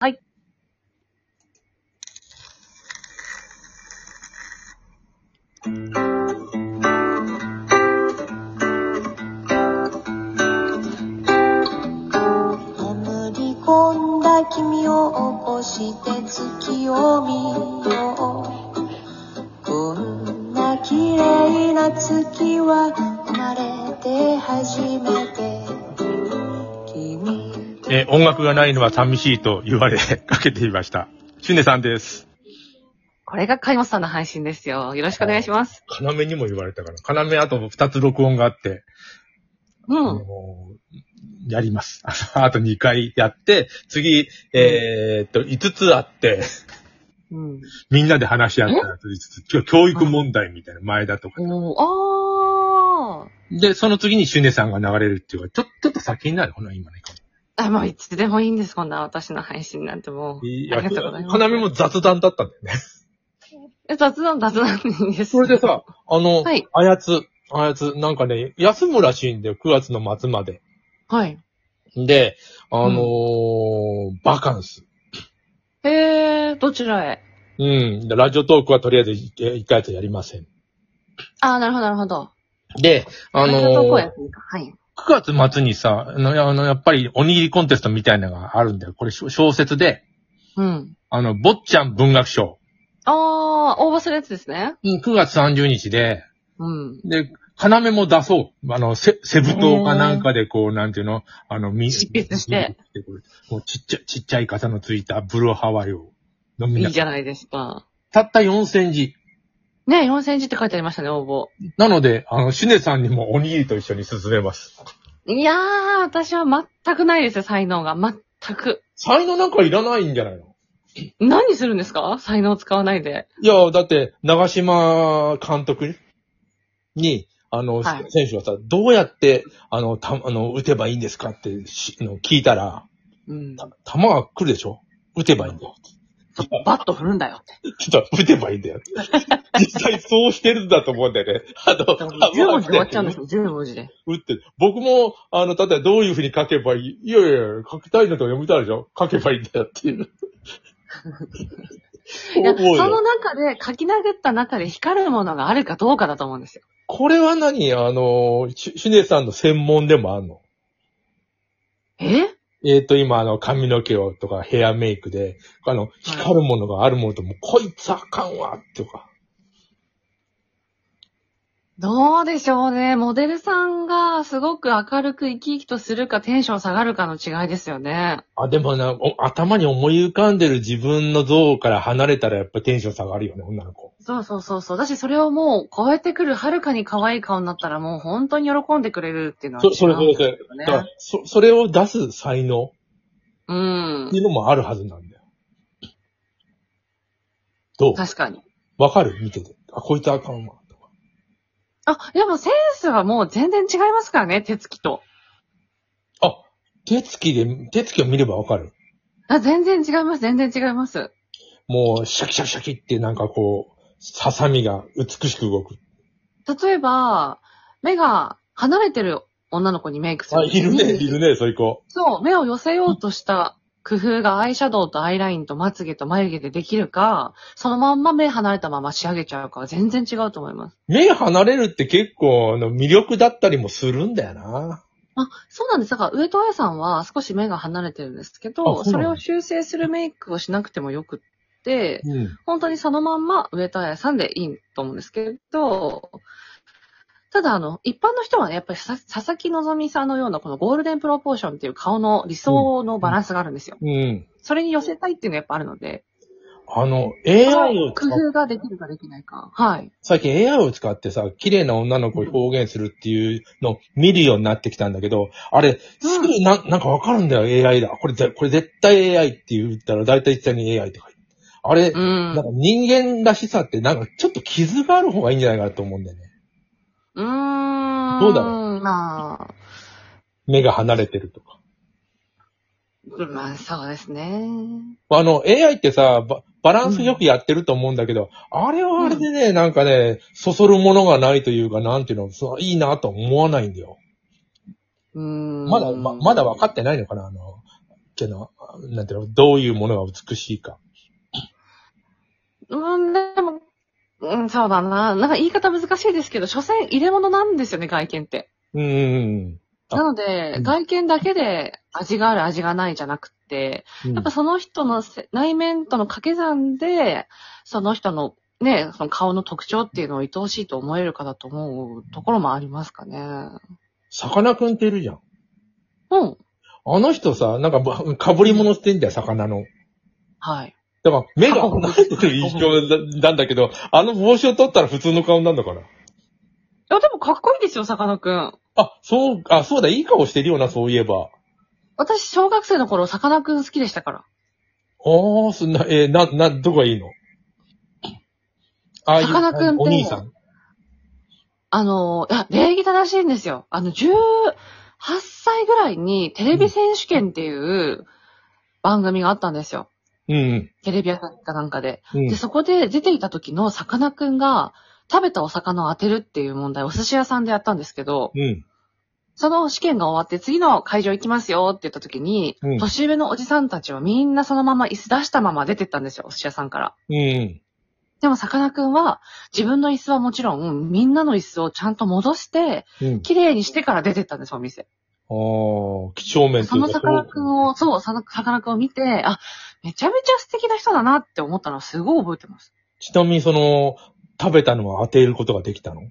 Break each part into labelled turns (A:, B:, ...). A: はい
B: 眠り込んだ君を起こして月を見ようこんな綺麗な月は生まれて初めて君
C: えー音楽がないのは寂しいと言われかけていました。シュネさんです。
A: これがカイモスさんの配信ですよ。よろしくお願いします。
C: 要にも言われたから。要あと二つ録音があって、
A: う
C: あのー
A: ん。
C: やります。 あのあと二回やって、次、えーっと、五つあって、
A: うん。
C: みんなで話し合ったやつ五つ。今日教育問題みたいな、前だとか。
A: おー、あー。
C: で、その次にシュネさんが流れるっていうか、ちょ、ちょっと先になるこの今ね。
A: あ、もういつでもいいんです、こんな私の配信なんてもう。
C: い
A: ありがとうございます。
C: 要も雑談だったんだよね。
A: え雑談、雑談です。
C: それでさ、あの、
A: はい
C: あやつ、あやつ、なんかね、休むらしいんだよ、9月の末まで。
A: はい。
C: で、あのーバカンス。
A: えー、どちらへ
C: うん。ラジオトークはとりあえず一一回とやりません。
A: あー、なるほど、なるほど。
C: で、あ
A: ありがとうこうや
C: のー
A: ってみたはい。
C: 9月末にさ、あの、あのやっぱりおにぎりコンテストみたいなのがあるんだよ。これ小小説で、
A: うん。
C: あの、坊っちゃん文学賞。
A: あー、応募するやつですね。
C: うん9月30日で、
A: うん。
C: で、要も出そう。あの、セ、セブ島かなんかでこう、なんていうのあの、み、
A: 執筆して
C: 見てくる。もうちっちゃ、ちっちゃい傘のついたブルーハワイを飲み
A: い
C: ない
A: じゃないですか。
C: たった4センチ。
A: ね4センチって書いてありましたね、応募。
C: なので、あの、シネさんにもおにぎりと一緒に進めます。
A: いやー、私は全くないですよ、才能が。全く。
C: 才能なんかいらないんじゃないの
A: 何するんですか才能を使わないで。
C: いや、だって、長島監督に、あの、
A: はい
C: 選手はさ、どうやって、あの、た、あの、打てばいいんですかってしあの聞いたら、
A: うん。
C: た球が来るでしょ打てばいいんだよ。
A: バット振るんだよ。
C: ちょっと、打てばいいんだ よ。実際そうしてるんだと思うんだよね。あの、
A: 10
C: 球が
A: 文字で終わっちゃうん
C: 来
A: で
C: て
A: すよ、10文字で。
C: 打って、僕も、あの、例えばどういうふうに書けばいいいやいや、書きたいのとか読みたいでしょ書けばいいんだよっていう。
A: いや、そ
C: 思うよ
A: の中で、書き殴った中で光るものがあるかどうかだと思うんですよ。
C: これは何あの、シュシュネさんの専門でもあるの
A: え
C: えっ、と、今、あの、髪の毛をとかヘアメイクで、あの、光るものがあるものと、もう、こいつあかんわ、とか。
A: どうでしょうね。モデルさんがすごく明るく生き生きとするかテンション下がるかの違いですよね。
C: あ、でもな、お頭に思い浮かんでる自分の像から離れたらやっぱテンション下がるよね、女の子。
A: そうそうそうそう。だし、それをもう超えてくる、はるかに可愛い顔になったらもう本当に喜んでくれるっていうのは違
C: そ
A: うんです
C: それそれそれ。
A: よ
C: だから
A: ね。
C: そ、それを出す才能
A: うん
C: って。いうのもあるはずなんだよ。どう
A: 確かに。
C: わかる見てて。あ、こいつあかんわ、とか。
A: あ、でもセンスはもう全然違いますからね、手つきと。
C: あ、手つきで、手つきを見ればわかる。
A: あ、全然違います、全然違います。
C: もう、シャキシャキシャキってなんかこう、ささみが美しく動く。
A: 例えば、目が離れてる女の子にメイクす
C: あ、
A: る。
C: いるね、いるね、そういう子。
A: そう、目を寄せようとした工夫がアイシャドウとアイラインとまつげと眉毛でできるか、そのまんま目離れたまま仕上げちゃうかは全然違うと思います。
C: 目離れるって結構、あの、魅力だったりもするんだよな。
A: あ、そうなんです。だから、上戸彩さんは少し目が離れてるんですけど、
C: あ
A: そ
C: そうなんだ
A: れを修正するメイクをしなくてもよくって、
C: うん。
A: 本当にそのまんま上戸彩さんでいいと思うんですけど、ただあの、一般の人はね、やっぱりさ佐々木希さんのようなこのゴールデンプロポーションっていう顔の理想のバランスがあるんですよ。
C: うん。
A: それに寄せたいっていうのはやっぱあるので、
C: あの、AI
A: 工
C: を使っ
A: 夫ができるかできないか。はい。
C: 最近 AI を使ってさ、綺麗な女の子を表現するっていうのを見るようになってきたんだけど、あれ、すぐな、ん、なんかわかるんだよ、AI だ。これぜ、これ絶対 AI って言ったら、大体一体に AI とか言う。あれ、
A: う
C: なん
A: ん。
C: か人間らしさってなんかちょっと傷がある方がいいんじゃないかなと思うんだよね。
A: うーん。
C: どうだ
A: ろうま
C: 目が離れてるとか。
A: あ、まあ、そうですね。
C: あの、AI ってさ、ババランスよくやってると思うんだけど、あれはあれでね、なんかね、そそるものがないというか、なんていうの、そういいなとは思わないんだよ。
A: うーん。
C: まだ、ま、まだ分かってないのかなあの、けな、なんていうの、どういうものが美しいか。
A: うん、でも、うん、そうだな。なんか言い方難しいですけど、所詮入れ物なんですよね、外見って。
C: うんうんあ
A: なので、
C: うん
A: 外見だけで味がある味がないじゃなくて、
C: うん。
A: やっぱその人のせ内面との掛け算で、その人のね、その顔の特徴っていうのを愛おしいと思えるかだと思うところもありますかね。
C: さかなクンっているじゃん。
A: うん。
C: あの人さ、なんかぶ、かぶり物してんだよ、魚の。
A: はい。
C: だから、目が離れてる印象だなんだけど、あの帽子を取ったら普通の顔なんだか
A: い
C: ら。
A: や、でもかっこいいですよ、さかなクン。
C: あ、そう、あ、そうだ、いい顔してるよな、そういえば。
A: 私、小学生の頃、さかなクン好きでしたから。
C: おー、そんな、えーな、な、どこがいいのああいう
A: さかなクンって
C: お兄さん。
A: あの、いや、礼儀正しいんですよ。あの、18歳ぐらいにテレビ選手権っていう番組があったんですよ。
C: うん。
A: テレビ朝日かなんかで。
C: うん
A: で、。そこで出ていた時のさかなクンが食べたお魚を当てるっていう問題をお寿司屋さんでやったんですけど、
C: うん。
A: その試験が終わって次の会場行きますよって言った時に、
C: うん
A: 年上のおじさんたちはみんなそのまま椅子出したまま出てったんですよ、お寿司屋さんから。
C: うん。
A: でもさかなクンは自分の椅子はもちろんみんなの椅子をちゃんと戻して、
C: うん。
A: 綺麗にしてから出てったんです、お店。
C: あー、几帳面
A: そのさかなクン
C: を。
A: を、そう、さかなクンを見て、あ、めちゃめちゃ素敵な人だなって思ったのはすごい覚えてます。
C: ちなみに、その、食べたのは当てることができたの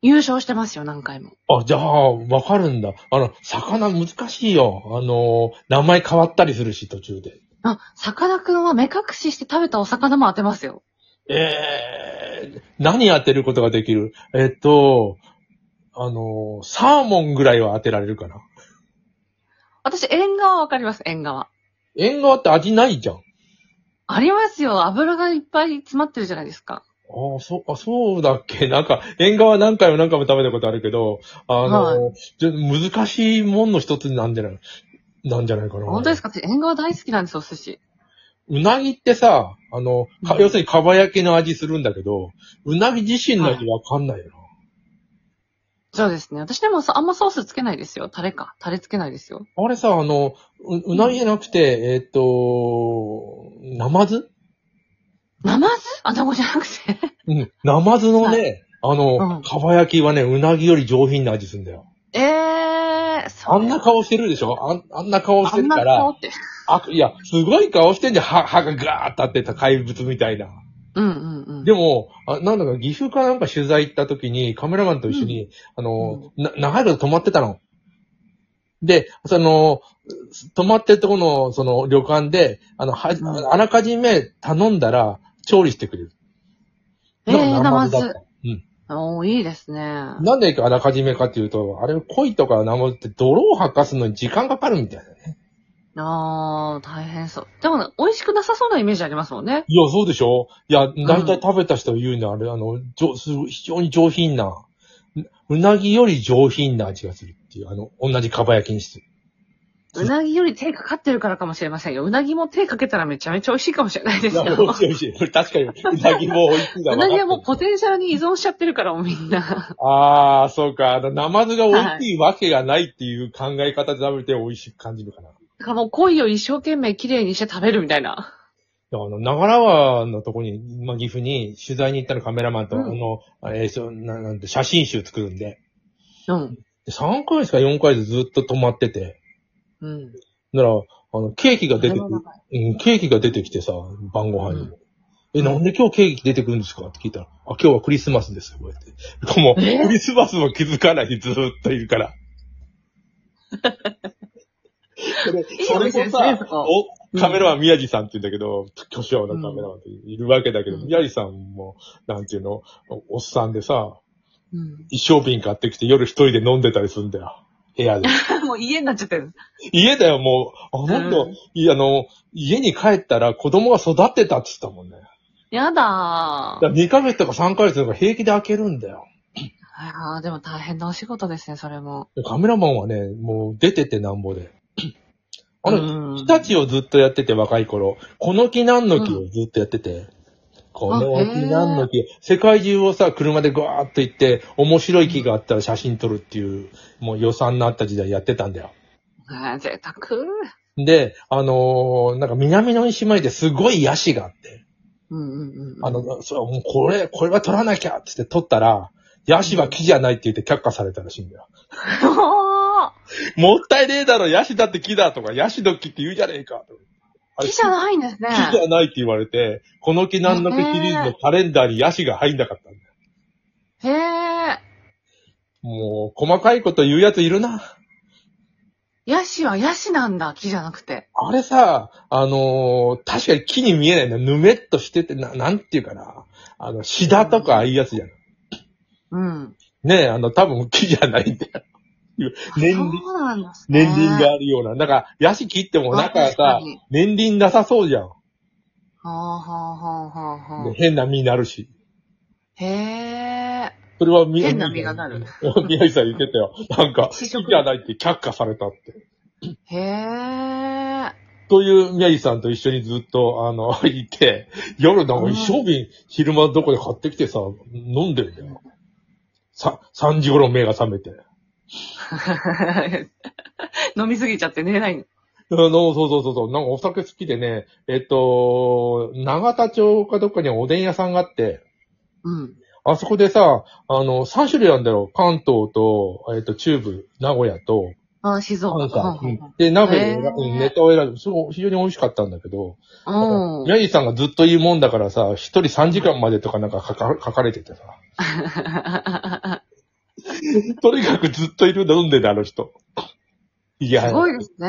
A: 優勝してますよ、何回も。
C: あ、じゃあ、わかるんだ。あの、魚難しいよ。あの、名前変わったりするし、途中で。
A: あ、さかなクンは目隠しして食べたお魚も当てますよ。
C: えー、何当てることができるえっと、あの、サーモンぐらいは当てられるかな。
A: 私、縁側わかります、縁側。
C: 縁側って味ないじゃん。あ
A: ありますよ、油がいっぱい詰まってるじゃないですか。
C: あ、そう、あ、そうだっけなんか、縁側何回も何回も食べたことあるけど、あの、ちょ難しいもんの一つなんじゃない、なんじゃないかな。
A: 本当です
C: か
A: か私、縁側大好きなんです、お寿司。
C: うなぎってさ、あの、か
A: うん
C: 要するにかば焼きの味するんだけど、うなぎ自身の味わかんないよな。
A: そうですね。私でもさ、あんまソースつけないですよ。タレか。タレつけないですよ。
C: あれさ、あの、ううなぎじゃなくて、えーっと、ナマズ
A: ナマズあ、ナゴじゃなくて。
C: うん。ナマズの
A: は
C: ね、あの、
A: うん
C: かば焼きはね、うなぎより上品な味するんだよ。
A: え えー、そ
C: あ
A: れ
C: んな顔してるでしょあんあんな顔し
A: あ
C: て
A: ん
C: る
A: な
C: から
A: 顔、って。
C: あいや、すごい顔してんじゃん。歯歯がガーッと立ってた怪物みたいな。
A: うんうんうん。
C: でも、あなんだか岐阜かなんか取材行った時に、カメラマンと一緒に、あの、な長いこと泊まってたの。で、その、泊まってるとこの、その旅館で、あの、は、
A: うん
C: あらかじめ頼んだら、調理してくれる。
A: えー、ナマ
C: だっ
A: ズ
C: た。。うん。
A: おー、いいですね。
C: なんであらかじめかっていうと、あれ、鯉とかナマズって泥を吐かすのに時間かかるみたいなね。
A: あー、大変そう。でもね、美味しくなさそうなイメージありますもんね。
C: いや、そうでしょいや、大体食べた人が言うのは、あれ、あの、じょすごい非常に上品な、ううなぎより上品な味がするっていう、あの、同じかば焼きにしてる。
A: うなぎより手かかってるからかもしれませんよ。うなぎも手かけたらめちゃめちゃ美味しいかもしれないで
C: い
A: す
C: や、
A: よ。
C: 美味しい美味しい。確かに、うなぎも美味しいだ
A: う
C: わ
A: なぎはもうポテンシャルに依存しちゃってるから、もうみんな。
C: ああ、そうか。あの、ナマズが美味しいわけがないっていう考え方で食べて美味しく感じるかな。
A: だからもう鯉を一生懸命綺麗にして食べるみたいな。
C: あの、長良川のとこに、まあ、岐阜に取材に行ったのカメラマンと、
A: うん
C: あの、えーそうななんて、写真集作るんで、
A: うん。
C: で3回しか4回でずっと止まってて、
A: うん。
C: なら、あの、ケーキが出てくる
A: あれも長、
C: うん、ケーキが出てきてさ、晩ご飯にも。え、
A: うん
C: なんで今日ケーキ出てくるんですかって聞いたら、あ、今日はクリスマスですよ、こうやって。もう、
A: え
C: クリスマスも気づかないでずーっといる から。それ
A: いい
C: そ
A: お
C: れ
A: 店で
C: も
A: すね
C: さ、、
A: そこ。
C: お、カメラマン宮地さんって言うんだけど、巨匠のカメラマンっているわけだけど、
A: うん
C: 宮地さんも、なんていうの、おおっさんでさ、
A: うん。
C: 一升瓶買ってきて夜一人で飲んでたりするんだよ。部屋で。
A: もう家になっちゃってる。
C: 家だよ、もう。あの人、
A: うん
C: いやあの、家に帰ったら子供が育ってたって言ってたもんね。
A: やだ
C: だ
A: ー。
C: 2ヶ月とか3ヶ月とか平気で開けるんだよ。
A: あーでも大変なお仕事ですね、それも。
C: でカメラマンはね、もう出ててなんぼで。あの、
A: の
C: 日立をずっとやってて、若い頃。この木何の木をずっとやってて。この木何の木。世界中をさ、車でガーッと行って、面白い木があったら写真撮るっていう、もう予算のあった時代やってたんだよ。
A: えー、贅沢。
C: で、あのーなんか南の島井ですごいヤシがあって、
A: うんうんうんうん。
C: あの、そう、もうこれ、これは取らなきゃっつって取ったら、ヤシは木じゃないって言って却下されたらしいんだよ。
A: おー、
C: もったいねえだろ、ヤシだって木だとか、ヤシの木って言うじゃねえか。あれ
A: 木じゃないんですね。
C: 木じゃないって言われて、この木なんの木シリーズのカレンダーにヤシが入んなかったんだ
A: へ
C: よ。
A: ー。
C: もう、細かいこと言うやついるな。
A: ヤシはヤシなんだ、木じゃなくて。
C: あれさ、あのー確かに木に見えないんだよ。ぬめっとしてて、な、なんていうかな。あの、シダとかああいうやつじゃん。
A: うん。
C: ねえ、あの、多分木じゃないんだよ。年
A: そ
C: 輪、
A: うなんですね。
C: 年輪があるような。なんか、ヤシ切ってもなんか
A: あ確か
C: さ
A: に、
C: 年輪なさそうじゃん。
A: はあはあはあはあは
C: で変な実になるし。
A: あ。へ
C: それはみ、
A: 変な実がなる。
C: 宮城さん言って たよ。なんか、木
A: 試
C: じ
A: 食
C: ゃないって却下されたって。
A: え。へえ。
C: という宮城さんと一緒にずっと、あの、 いて、夜なんか一生瓶、昼間どこで買ってきてさ、飲んでるんだよ。さ、3時頃目が覚めて。
A: 飲みすぎちゃって寝れない。
C: あの、そうそうそうそう、なんかお酒好きでね、えっと、長田町かどっかにおでん屋さんがあって、
A: うん。
C: あそこでさ、あの、3種類あるんだよ。関東と、えっと、中部、名古屋と、
A: あ、静岡。
C: 関
A: は
C: 西。うんで、鍋
A: へ
C: 選
A: ー
C: ぶ、うんネタを選ぶ。すごい、非常に美味しかったんだけど、
A: あはあうん。
C: ヤギさんがずっと言うもんだからさ、一人3時間までとかなんか書か書かれててさ。とにかくずっといるんだ、飲んでるあの人。いや、
A: すごいですね。
C: うん。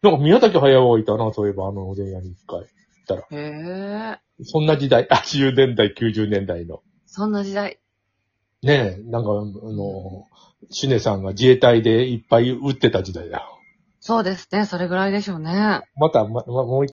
C: なんか宮崎駿がいたな、そういえば、あのおでん屋に一回。
A: へえ。
C: そんな時代、80年代、90年代の。
A: そんな時代。
C: ねえ、なんか、あの、シュネさんが自衛隊でいっぱい撃ってた時代だよ。
A: そうですね。それぐらいでしょうね。
C: また、ま、まもう一